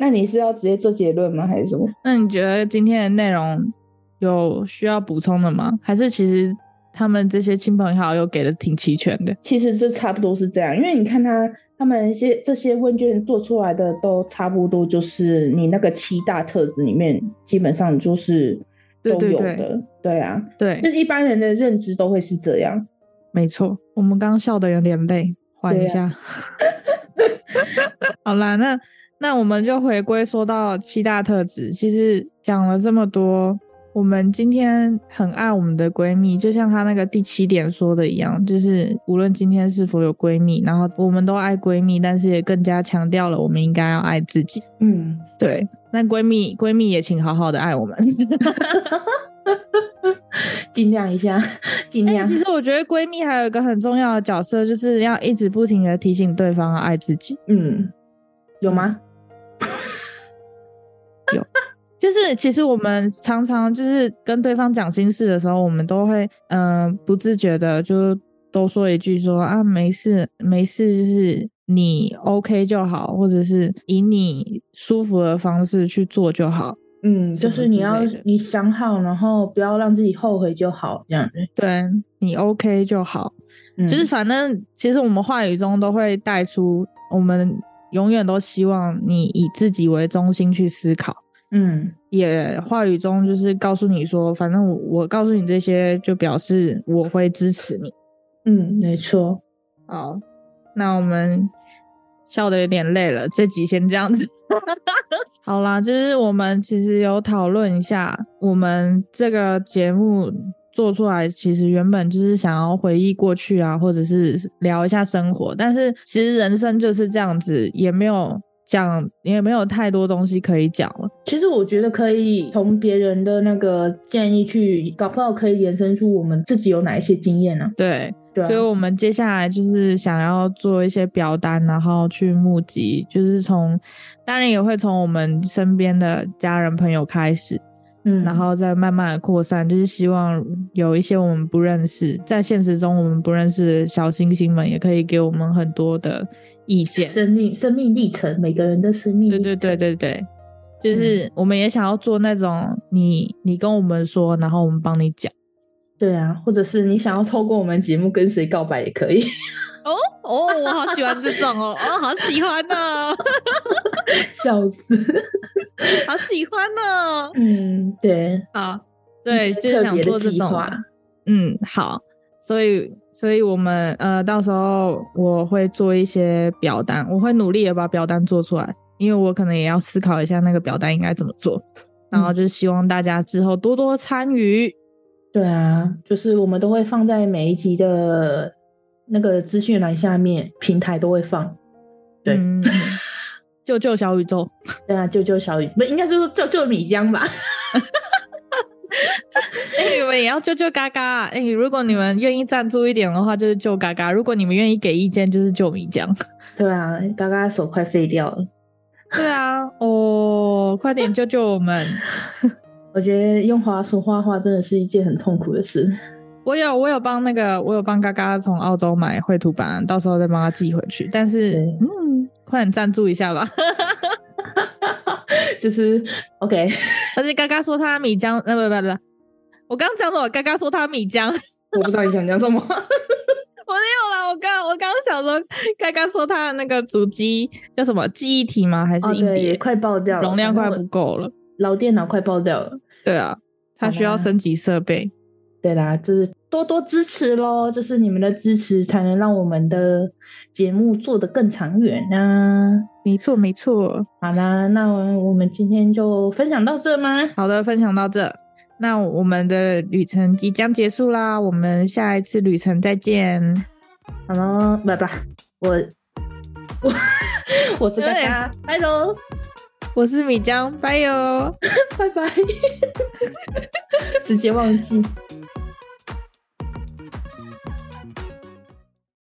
S2: 那你是要直接做结论吗？还是什么？
S3: 那你觉得今天的内容有需要补充的吗？还是其实他们这些亲朋好友给的挺齐全的？
S2: 其实这差不多是这样，因为你看他他们一些这些问卷做出来的都差不多，就是你那个七大特质里面，基本上就是都
S3: 对对
S2: 有的，
S3: 对
S2: 对啊，
S3: 对
S2: 就，是一般人的认知都会是这样。
S3: 没错，我们刚笑的有点累，缓一
S2: 对
S3: 下。 好啦，那那我们就回归说到七大特质。其实讲了这么多，我们今天很爱我们的闺蜜，就像她那个第七点说的一样，就是无论今天是否有闺蜜，然后我们都爱闺蜜，但是也更加强调了我们应该要爱自己。
S2: 嗯，
S3: 对，那闺蜜闺蜜也请好好的爱我 们。
S2: 尽量一下，尽
S3: 哎、
S2: 量。
S3: 其实我觉得闺蜜还有一个很重要的角色，就是要一直不停的提醒对方要爱自己。
S2: 嗯，有吗？
S3: 就是其实我们常常就是跟对方讲心事的时候，我们都会嗯、呃不自觉的就多说一句说啊，没事没事，就是你 OK 就好，或者是以你舒服的方式去做就好。
S2: 嗯，就
S3: 什么
S2: 是你
S3: 之
S2: 要
S3: 类的
S2: 你想好，然后不要让自己后悔就好，这样子。
S3: 对你 OK 就好。
S2: 嗯
S3: 就是反正其实我们话语中都会带出，我们永远都希望你以自己为中心去思考。
S2: 嗯
S3: 也话语中就是告诉你说，反正我我告诉你这些，就表示我会支持你。
S2: 嗯，没错。
S3: 好，那我们笑的有点累了，这集先这样子。 好啦，就是我们其实有讨论一下，我们这个节目做出来，其实原本就是想要回忆过去啊，或者是聊一下生活，但是其实人生就是这样子，也没有讲，也没有太多东西可以讲了。
S2: 其实我觉得可以从别人的那个建议去，搞不好可以延伸出我们自己有哪一些经验呢、
S3: 对，
S2: 对啊，
S3: 所以我们接下来就是想要做一些表单，然后去募集，就是从，当然也会从我们身边的家人朋友开始，
S2: 嗯，
S3: 然后再慢慢的扩散，就是希望有一些我们不认识，在现实中我们不认识的小星星们，也可以给我们很多的意见。
S2: 生命生命历程，每个人的生命历
S3: 对
S2: 程，
S3: 对对对对，就是我们也想要做那种你你跟我们说，然后我们帮你讲。
S2: 对啊，或者是你想要透过我们节目跟谁告白也可以，
S3: 哦，我好喜欢这种哦，哦，好喜欢哦，
S2: 笑死。
S3: 嗯好喜欢哦。
S2: 嗯，对，
S3: 好，对，
S2: 一些
S3: 就是
S2: 特
S3: 想
S2: 别的
S3: 做这
S2: 计
S3: 种
S2: 划
S3: 的。嗯，好，所以，所以我们呃，到时候我会做一些表单，我会努力的把表单做出来，因为我可能也要思考一下那个表单应该怎么做。然后
S2: 嗯
S3: 就是希望大家之后多多参与。
S2: 对啊，就是我们都会放在每一集的那个资讯栏下面，平台都会放。对
S3: 嗯，嗯救救小宇宙，
S2: 对啊，救救小雨，不应该是说救救米江吧？
S3: 哎、你们也要救救嘎嘎。哎、如果你们愿意赞助一点的话，就是救嘎嘎；如果你们愿意给意见，就是救米 酱。
S2: 对啊，嘎嘎手快废掉了。
S3: 对啊，哦，快点救救我们！
S2: 我觉得用滑鼠画画真的是一件很痛苦的事。
S3: 我有我有帮那个我有帮嘎嘎从澳洲买绘图板，到时候再帮他寄回去。但是
S2: 对
S3: 嗯，快点赞助一下吧。
S2: 就是 OK，
S3: 而且嘎嘎说他米浆，呃不不不，我刚讲什么？嘎嘎说他米浆，我没
S2: 我不知道你想讲什么。
S3: 有啦。我刚我刚想说，嘎嘎说他的那个主机叫什么记忆体吗？还是
S2: 哦，
S3: 硬
S2: 对，
S3: 碟？
S2: 也快爆掉了，
S3: 容量快
S2: 反正
S3: 不够了。
S2: 我，老电脑快爆掉了。
S3: 对啊，他
S2: 好
S3: 需要
S2: 啦
S3: 升级设备。
S2: 对啦，就是多多支持喽，就是你们的支持才能让我们的节目做得更长远啊。
S3: 没错没错。
S2: 好啦，那我们今天就分享到这吗？
S3: 好的，分享到这，那我们的旅程即将结束啦，我们下一次旅程再见。
S2: 好喽，拜拜，我我我是大
S3: 对
S2: 家，拜喽，
S3: 我 是米江，拜哟。
S2: 拜拜，直接忘记。